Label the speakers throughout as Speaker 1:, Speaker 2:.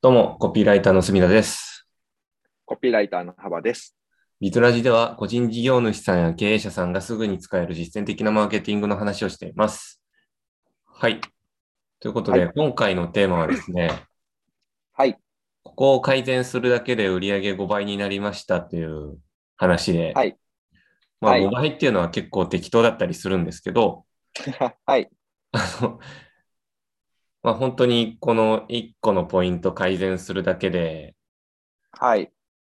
Speaker 1: どうも、コピーライターの隅田です。
Speaker 2: コピーライターの幅です。
Speaker 1: ビトラジでは、個人事業主さんや経営者さんがすぐに使える実践的なマーケティングの話をしています。はい。ということで、
Speaker 2: は
Speaker 1: 今回のテーマはですね、
Speaker 2: はい。
Speaker 1: ここを改善するだけで売上5倍になりましたという話で、
Speaker 2: はい
Speaker 1: まあ、
Speaker 2: はい
Speaker 1: 5倍っていうのは結構適当だったりするんですけど、
Speaker 2: はい。
Speaker 1: あの、まあ、本当にこの1個のポイント改善するだけで、
Speaker 2: はい。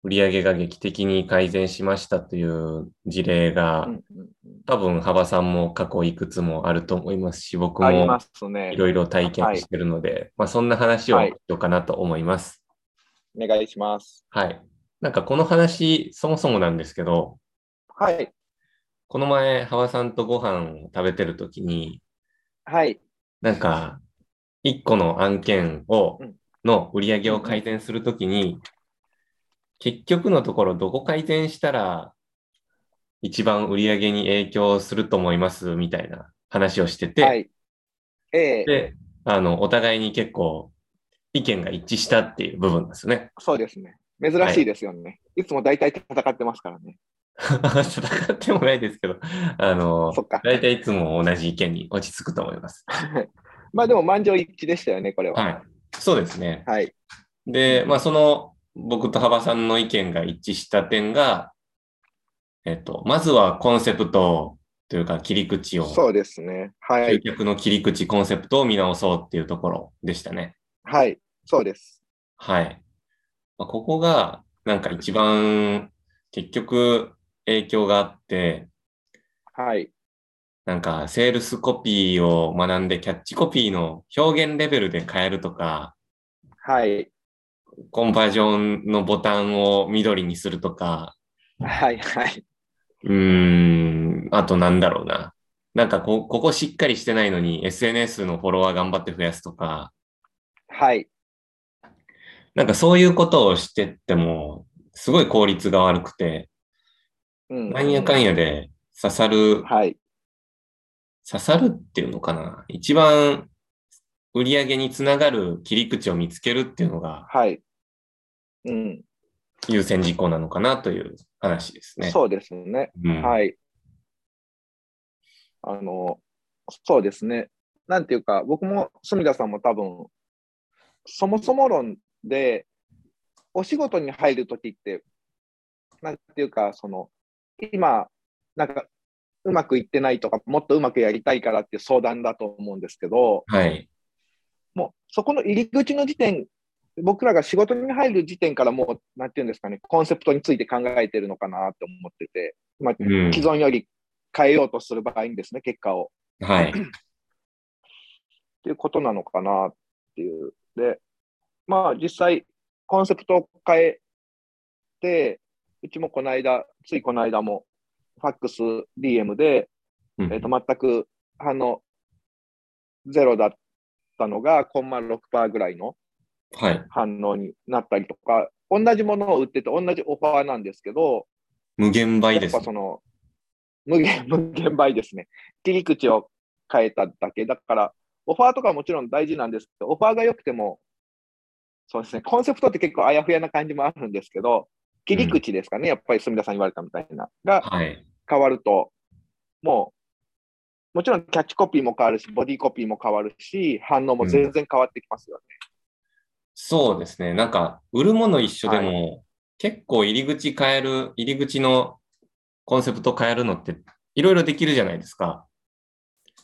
Speaker 1: 売り上げが劇的に改善しましたという事例が
Speaker 2: う、んうんうん
Speaker 1: 多分幅さんも過去いくつもあると思いますし、僕
Speaker 2: ありま
Speaker 1: も
Speaker 2: すね
Speaker 1: い。ろいろ体験してるので、まあ、そんな話をしようかなと思います。
Speaker 2: お願いします。
Speaker 1: はい。なんかこの話、そもそもなんですけど、
Speaker 2: はい。
Speaker 1: この前、幅さんとご飯を食べてるときに、
Speaker 2: はい。
Speaker 1: なんか、一個の案件を
Speaker 2: うん、
Speaker 1: の売り上げを改善するときに、結局のところどこ改善したら一番売り上げに影響すると思いますみたいな話をしてて、
Speaker 2: はい。ええ
Speaker 1: で、あの、お互いに結構意見が一致したっていう部分なんですよね。
Speaker 2: そうですね。珍しいですよね。い、つも大体戦ってますからね。
Speaker 1: 戦ってもないですけど、あの
Speaker 2: そ、っか。
Speaker 1: 大体いつも同じ意見に落ち着くと思います。
Speaker 2: まあでも満場一致でしたよね、これは。
Speaker 1: はい。そうですね。
Speaker 2: はい。
Speaker 1: で、まあ、その、僕と幅さんの意見が一致した点が、えっと、まずはコンセプトというか切り口を、
Speaker 2: そうですね。は
Speaker 1: 集
Speaker 2: い。
Speaker 1: 客の切り口、コンセプトを見直そうっていうところでしたね。
Speaker 2: はい。そうです。
Speaker 1: はい。まあ、ここが、なんか一番、結局、影響があって、
Speaker 2: はい。
Speaker 1: なんか、セールスコピーを学んで、キャッチコピーの表現レベルで変えるとか、
Speaker 2: はい。
Speaker 1: コンバージョンのボタンを緑にするとか、
Speaker 2: はい。はい。
Speaker 1: うーん、あとなんだろうな。なんかこ、ここしっかりしてないのに SNS のフォロワー頑張って増やすとか、
Speaker 2: はい。
Speaker 1: なんかそういうことをしてっても、すごい効率が悪くて、
Speaker 2: うん
Speaker 1: なんやかんやで刺さる、
Speaker 2: はい。
Speaker 1: 刺さるっていうのかな。一番売り上げにつながる切り口を見つけるっていうのが
Speaker 2: はい。うん。
Speaker 1: 優先事項なのかなという話ですね。
Speaker 2: そうですね。
Speaker 1: うん。
Speaker 2: はい。あの、そうですね。なんていうか、僕も、住田さんも多分、そもそも論で、お仕事に入るときって、なんていうか、その、今、なんか、うまくいってないとか、もっとうまくやりたいからっていう相談だと思うんですけど、
Speaker 1: はい。
Speaker 2: もう、そこの入り口の時点、僕らが仕事に入る時点からもう、なんていうんですかね、コンセプトについて考えてるのかなって思ってて、まあ、
Speaker 1: うん。
Speaker 2: 既存より変えようとする場合にですね、結果を。
Speaker 1: はい。
Speaker 2: っていうことなのかなっていう。で、まあ実際、コンセプトを変えて、うちもこの間、ついこの間も、ファックス、DM で、
Speaker 1: うん
Speaker 2: えっと全く反応ゼロだったのが、コンマ6%ぐらいの
Speaker 1: はい。
Speaker 2: 反応になったりとか、同じものを売ってて、同じオファーなんですけど、
Speaker 1: 無限倍で
Speaker 2: やっ
Speaker 1: す
Speaker 2: ぱ。その無限無限倍ですね。切り口を変えただけ。だから、オファーとかもちろん大事なんですけど、オファーが良くても、そうですね、コンセプトって結構あやふやな感じもあるんですけど、切り口ですかね、やっぱり住田さん言われたみたいな、が
Speaker 1: はい。
Speaker 2: 変わると、もう、もちろんキャッチコピーも変わるし、ボディコピーも変わるし、反応も全然変わってきますよね。
Speaker 1: そうですね。なんか、売るもの一緒でも、結構入り口変える、入り口のコンセプト変えるのって、いろいろできるじゃないですか。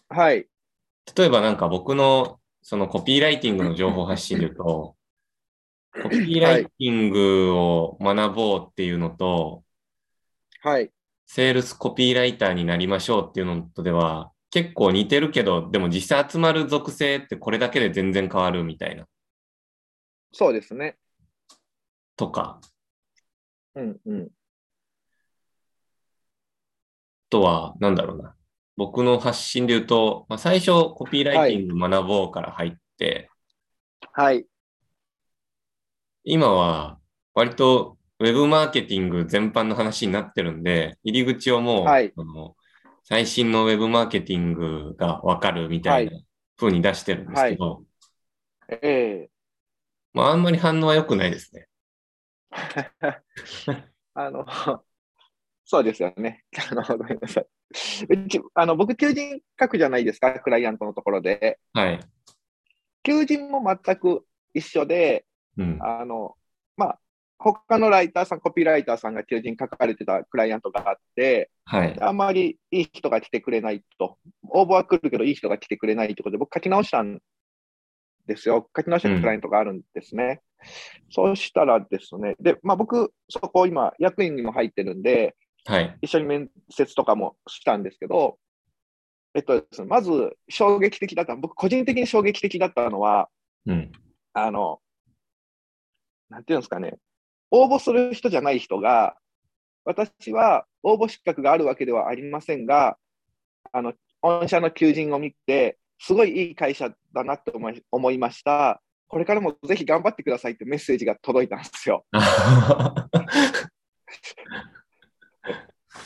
Speaker 2: はい、
Speaker 1: 例えばなんか僕の、そのコピーライティングの情報発信で言うと、コピーライティングを学ぼうっていうのと、
Speaker 2: はい、
Speaker 1: セールスコピーライターになりましょうっていうのとでは、結構似てるけど、でも実際集まる属性ってこれだけで全然変わるみたいな、
Speaker 2: そうですね。
Speaker 1: とか、
Speaker 2: うんうん。
Speaker 1: あとは、なんだろうな。僕の発信で言うと、まあ、最初コピーライティング学ぼうから入って、
Speaker 2: はい、
Speaker 1: 今は割とウェブマーケティング全般の話になってるんで、入り口をもう、
Speaker 2: はい
Speaker 1: あの最新のウェブマーケティングがわかるみたいな風に出してるんですけど、
Speaker 2: ええ
Speaker 1: まあ、あんまり反応は良くないですね。
Speaker 2: あの、そうですよね。あの、ごめんなさい。うち、あの、僕、求人書くじゃないですか、クライアントのところで。
Speaker 1: はい。
Speaker 2: 求人も全く一緒で、
Speaker 1: うん。
Speaker 2: あの、まあ、他のライターさん、コピーライターさんが求人書かれてたクライアントがあって、
Speaker 1: はい。
Speaker 2: あんまりいい人が来てくれないと、応募は来るけど、いい人が来てくれないってことで、僕、書き直したんですよ。書き直したクライアントがあるんですね。そうしたらですね、で、まあ、僕、そこ、今、役員にも入ってるんで、
Speaker 1: はい。
Speaker 2: 一緒に面接とかもしたんですけど、えっとですね、まず衝撃的だった、僕個人的に衝撃的だったのは、
Speaker 1: うん。
Speaker 2: あの、なんていうんですかね、応募する人じゃない人が、私は応募資格があるわけではありませんが、あの、御社の求人を見て、すごいいい会社だなと思い思いました。これからもぜひ頑張ってくださいってメッセージが届いたんですよ。
Speaker 1: あ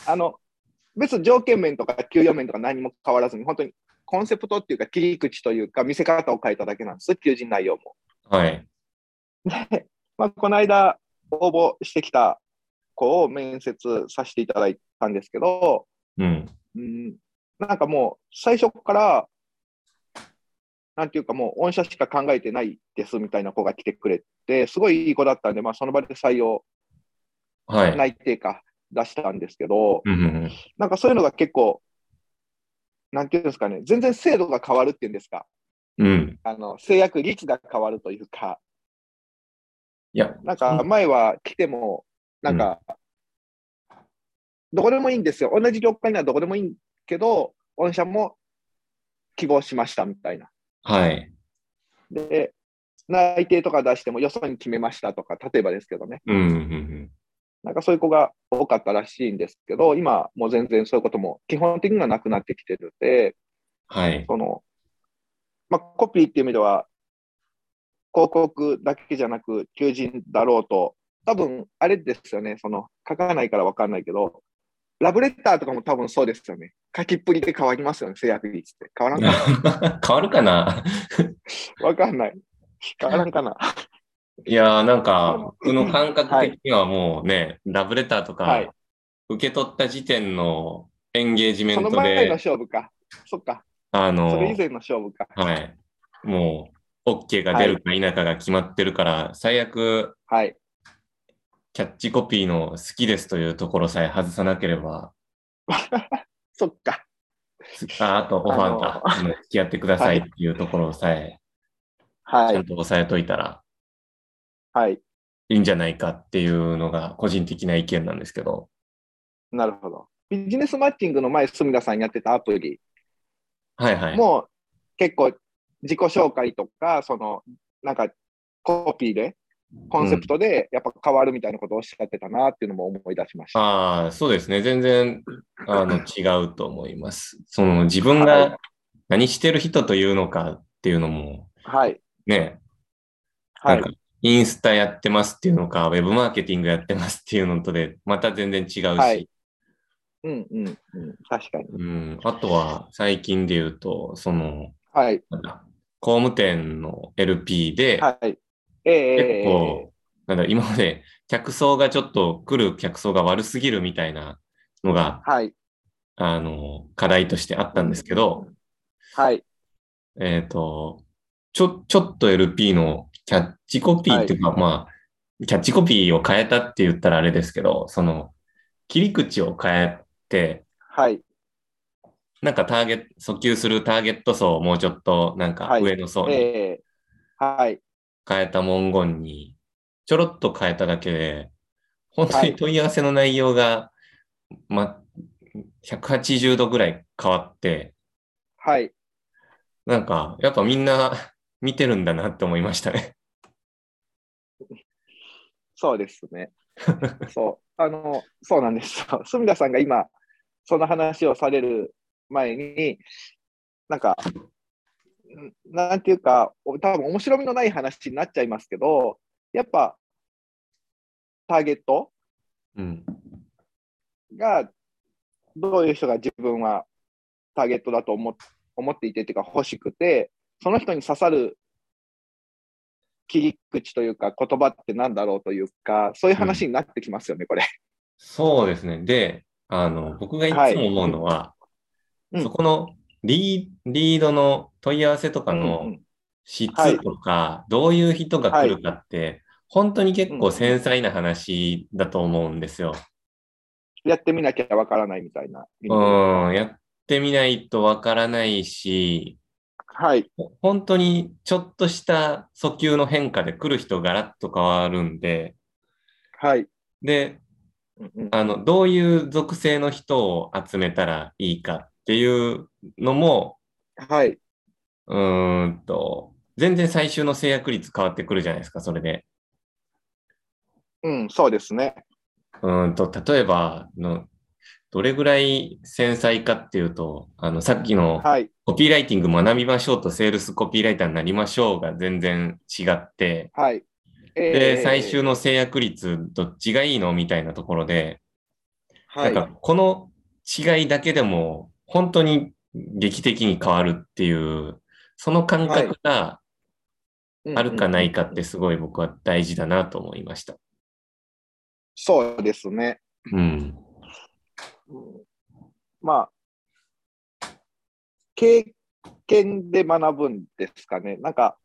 Speaker 2: あの、別に条件面とか給与面とか何も変わらずに、本当にコンセプトっていうか切り口というか見せ方を変えただけなんです、求人内容も。
Speaker 1: はい。
Speaker 2: で、まあ、この間応募してきた子を面接させていただいたんですけど、
Speaker 1: うん。
Speaker 2: うん、なんかもう最初から、なんていうかもう御社しか考えてないですみたいな子が来てくれて、すごいいい子だったんで、まあ、その場で採用
Speaker 1: はい。
Speaker 2: 内定か出したんですけど、
Speaker 1: うんうんうん。
Speaker 2: なんかそういうのが結構、なんていうんですかね、全然制度が変わるっていうんですか、
Speaker 1: うん。
Speaker 2: あの制約率が変わるというか、
Speaker 1: いや、
Speaker 2: なんか前は来ても、なんか、どこでもいいんですよ、同じ業界ならどこでもいいけど、御社も希望しましたみたいな。
Speaker 1: はい。
Speaker 2: で内定とか出してもよそに決めましたとか、例えばですけどね、
Speaker 1: うんうんうん。
Speaker 2: なんかそういう子が多かったらしいんですけど、今、もう全然そういうことも基本的にはなくなってきてるんで、
Speaker 1: はい。
Speaker 2: その、まあ、コピーっていう意味では、広告だけじゃなく、求人だろうと、多分あれですよね、その、書かないから分かんないけど、ラブレターとかも多分そうですよね。書きっぷりで変わりますよね、制約率って。変わらんか
Speaker 1: 変わるかな
Speaker 2: な分かんない。変わらんかな。
Speaker 1: いやーなんか、僕の感覚的にはもうね、ラブレターと
Speaker 2: は
Speaker 1: か
Speaker 2: い、
Speaker 1: 受け取った時点のエンゲージメン
Speaker 2: そ
Speaker 1: ト
Speaker 2: の前の
Speaker 1: で、
Speaker 2: 勝負か。そっか。
Speaker 1: あ
Speaker 2: それ
Speaker 1: の
Speaker 2: 以、前の勝負か。
Speaker 1: はい、もう、OK が出るか否かが決まってるから、最悪、
Speaker 2: はい。
Speaker 1: キャッチコピーの好きですというところさえ外さなければ、
Speaker 2: そっか。
Speaker 1: すああとオファーか、あの付き合ってくださいっていうところさえ、
Speaker 2: は
Speaker 1: ちゃん
Speaker 2: い。
Speaker 1: と押さえといたら
Speaker 2: はい。
Speaker 1: いいんじゃないかっていうのが、個人的な意見なんですけど、
Speaker 2: なるほど。ビジネスマッチングの前、住田さんやってたアプリ。
Speaker 1: はいはい。
Speaker 2: もう結構自己紹介とか、そのなんかコピーで、コンセプトでやっぱ変わるみたいなことをおっしゃってたなっていうのも思い出しました。
Speaker 1: ああ、そうですね。全然あの違うと思います。その自分
Speaker 2: は
Speaker 1: が
Speaker 2: い
Speaker 1: 何してる人というのかっていうのも、
Speaker 2: はい。
Speaker 1: ね、
Speaker 2: は
Speaker 1: ないん。かインスタやってますっていうのか、ウェブマーケティングやってますっていうのとで、また全然違うし、
Speaker 2: はいうんうんうん。確かに。
Speaker 1: うん、あとは最近で言うと、その、
Speaker 2: はい。
Speaker 1: なんだ、工務店の LP で、
Speaker 2: はい。ええ
Speaker 1: 結構、なんだ、今まで客層がちょっと来る客層が悪すぎるみたいなのが、
Speaker 2: はい。
Speaker 1: あの、課題としてあったんですけど、
Speaker 2: はい。
Speaker 1: えっ、と、ちょ、ちょっと LP のキャッチコピーっていうか、まあ、キャッチコピーを変えたって言ったらあれですけど、その、切り口を変えて、
Speaker 2: はい。
Speaker 1: なんかターゲット、訴求するターゲット層をもうちょっと、なんか
Speaker 2: はい
Speaker 1: 上の層
Speaker 2: え
Speaker 1: に
Speaker 2: えはい。
Speaker 1: 変えた文言に、ちょろっと変えただけで、本当
Speaker 2: は
Speaker 1: に
Speaker 2: い
Speaker 1: 問い合わせの内容が、ま、180度ぐらい変わって、
Speaker 2: はい。
Speaker 1: なんか、やっぱみんな見てるんだなって思いましたね。
Speaker 2: そうですね。そう。あの、そうなんです よ。住田さんが今、その話をされる前に、なんか、んなんていうか、お多分面白みのない話になっちゃいますけど、やっぱ、ターゲット
Speaker 1: うん。
Speaker 2: が、どういう人が自分はターゲットだと思っ思っていてっていうか欲しくて、その人に刺さる切り口というか、言葉ってなんだろうというか、そういう話になってきますよね、これ。
Speaker 1: そうですね。で、あの、僕がいつも思うのは、
Speaker 2: うん
Speaker 1: そこのリーリードの問い合わせとか
Speaker 2: うんう
Speaker 1: の
Speaker 2: ん
Speaker 1: 質
Speaker 2: はい
Speaker 1: とか、どういう人が来るかって、本当に結構繊細な話だと思うんですよ。
Speaker 2: やってみなきゃわからないみたいな。
Speaker 1: うん、やってみないとわからないし、
Speaker 2: はい。
Speaker 1: ほ本当にちょっとした訴求の変化で来る人がガラッと変わるんで、
Speaker 2: はい。
Speaker 1: で、
Speaker 2: うんうん
Speaker 1: あの、どういう属性の人を集めたらいいかっていうのも、
Speaker 2: はい。
Speaker 1: うーんと、全然最終の制約率変わってくるじゃないですか、それで。
Speaker 2: うん、そうですね。
Speaker 1: うーんと、例えばの、どれぐらい繊細かっていうと、あの、さっきの
Speaker 2: はい。
Speaker 1: コピーライティング学びましょうとセールスコピーライターになりましょうが全然違って、
Speaker 2: はい。
Speaker 1: で、
Speaker 2: えー
Speaker 1: 最終、の制約率どっちがいいのみたいなところで、
Speaker 2: はい、
Speaker 1: なんかこの違いだけでも本当に劇的に変わるっていう、その感覚があるかないかっ
Speaker 2: うんうんうんう
Speaker 1: て
Speaker 2: ん。
Speaker 1: すごい僕は大事だなと思いました。
Speaker 2: そうですね。
Speaker 1: うん。
Speaker 2: うんまあ、経験で学ぶんですかね。なんか、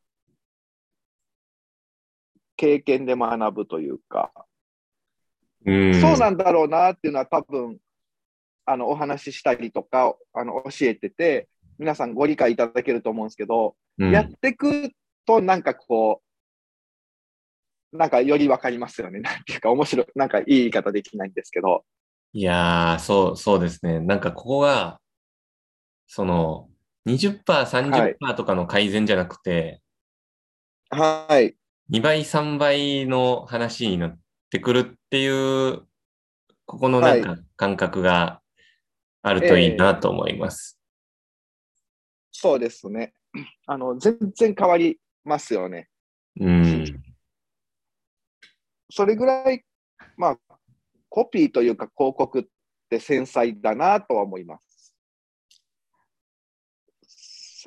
Speaker 2: 経験で学ぶというか、
Speaker 1: うん、
Speaker 2: そうなんだろうなっていうのは多分、あの、お話ししたりとか、あの、教えてて、皆さんご理解いただけると思うんですけど、
Speaker 1: うん
Speaker 2: やってくと、なんかこう、なんかよりわかりますよね。なんていうか、面白い、なんかいい言い方できないんですけど。
Speaker 1: いやー、そう、そうですね。なんかここが、その、20%、30%とかの改善じゃなくて、
Speaker 2: はい。
Speaker 1: 2倍、3倍の話になってくるっていう、ここのなんか感覚があるといいなと思います。
Speaker 2: そうですね。あの、全然変わりますよね。
Speaker 1: うん。
Speaker 2: それぐらい、まあ、コピーというか広告って繊細だなとは思います。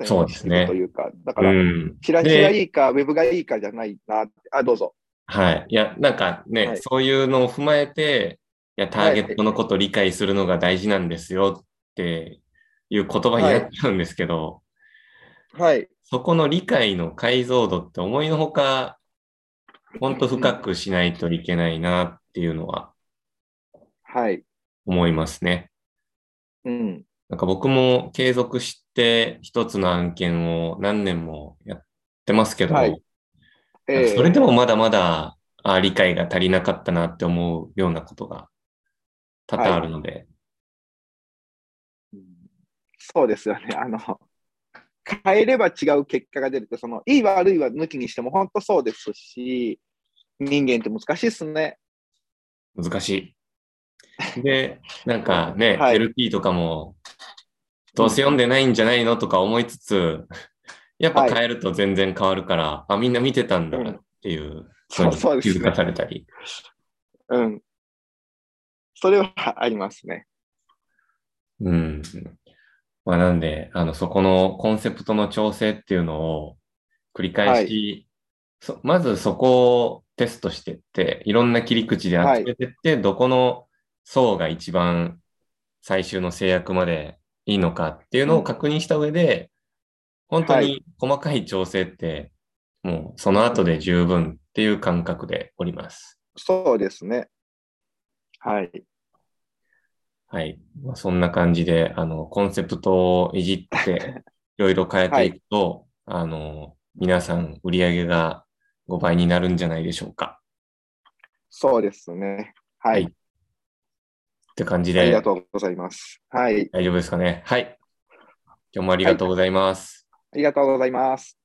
Speaker 1: そうですね
Speaker 2: センシティブというか、だか
Speaker 1: う
Speaker 2: ら、
Speaker 1: ん。
Speaker 2: チラシが
Speaker 1: で
Speaker 2: いいか、ウェブがいいかじゃないなって。あ、どうぞ。
Speaker 1: はい。いや、なんかね、
Speaker 2: はい
Speaker 1: そういうのを踏まえて、いや、ターゲットのことを理解するのが大事なんですよっていう言葉になっちゃうんですけど、
Speaker 2: はい。
Speaker 1: そこの理解の解像度って思いのほか、ほんと深くしないといけないなっていうのは
Speaker 2: はい。
Speaker 1: 思いますね。
Speaker 2: うん。
Speaker 1: なんか僕も継続して一つの案件を何年もやってますけど、
Speaker 2: はい
Speaker 1: なん
Speaker 2: え
Speaker 1: か
Speaker 2: ー
Speaker 1: それでもまだまだあ理解が足りなかったなって思うようなことが多々あるので、
Speaker 2: うんそうですよね。あの、変えれば違う結果が出るって、その、いい悪いは抜きにしても本当そうですし、人間って難しいですね。
Speaker 1: 難しい。で、なんかね、
Speaker 2: はい
Speaker 1: LP とかも、どうせ読んでないんじゃないのとか思いつつ、やっぱ変えると全然変わるから、あ、みんな見てたんだなっていう、
Speaker 2: そうそう
Speaker 1: に
Speaker 2: で
Speaker 1: 気
Speaker 2: す
Speaker 1: づか
Speaker 2: ね。
Speaker 1: されたり。
Speaker 2: うん。それはありますね。
Speaker 1: うん。まあ、なんで、あの、そこのコンセプトの調整っていうのを繰り返し、そまずそこをテストしてって、いろんな切り口で集めてって、どこの層が一番最終の制約までいいのかっていうのを確認した上で、本当
Speaker 2: はい
Speaker 1: に細かい調整って、もうその後で十分っていう感覚でおります。
Speaker 2: そうですね。はい。
Speaker 1: はい。まあ、そんな感じで、あの、コンセプトをいじ って、いろいろ変えていくと、あの、皆さん売り上げが5倍になるんじゃないでしょうか。
Speaker 2: そうですね。は
Speaker 1: はい
Speaker 2: い。
Speaker 1: って感じ
Speaker 2: あり
Speaker 1: で
Speaker 2: が、とうございます。はい。
Speaker 1: 大丈夫ですかね。はい。今日もありがとうございます。
Speaker 2: ありがとうございます。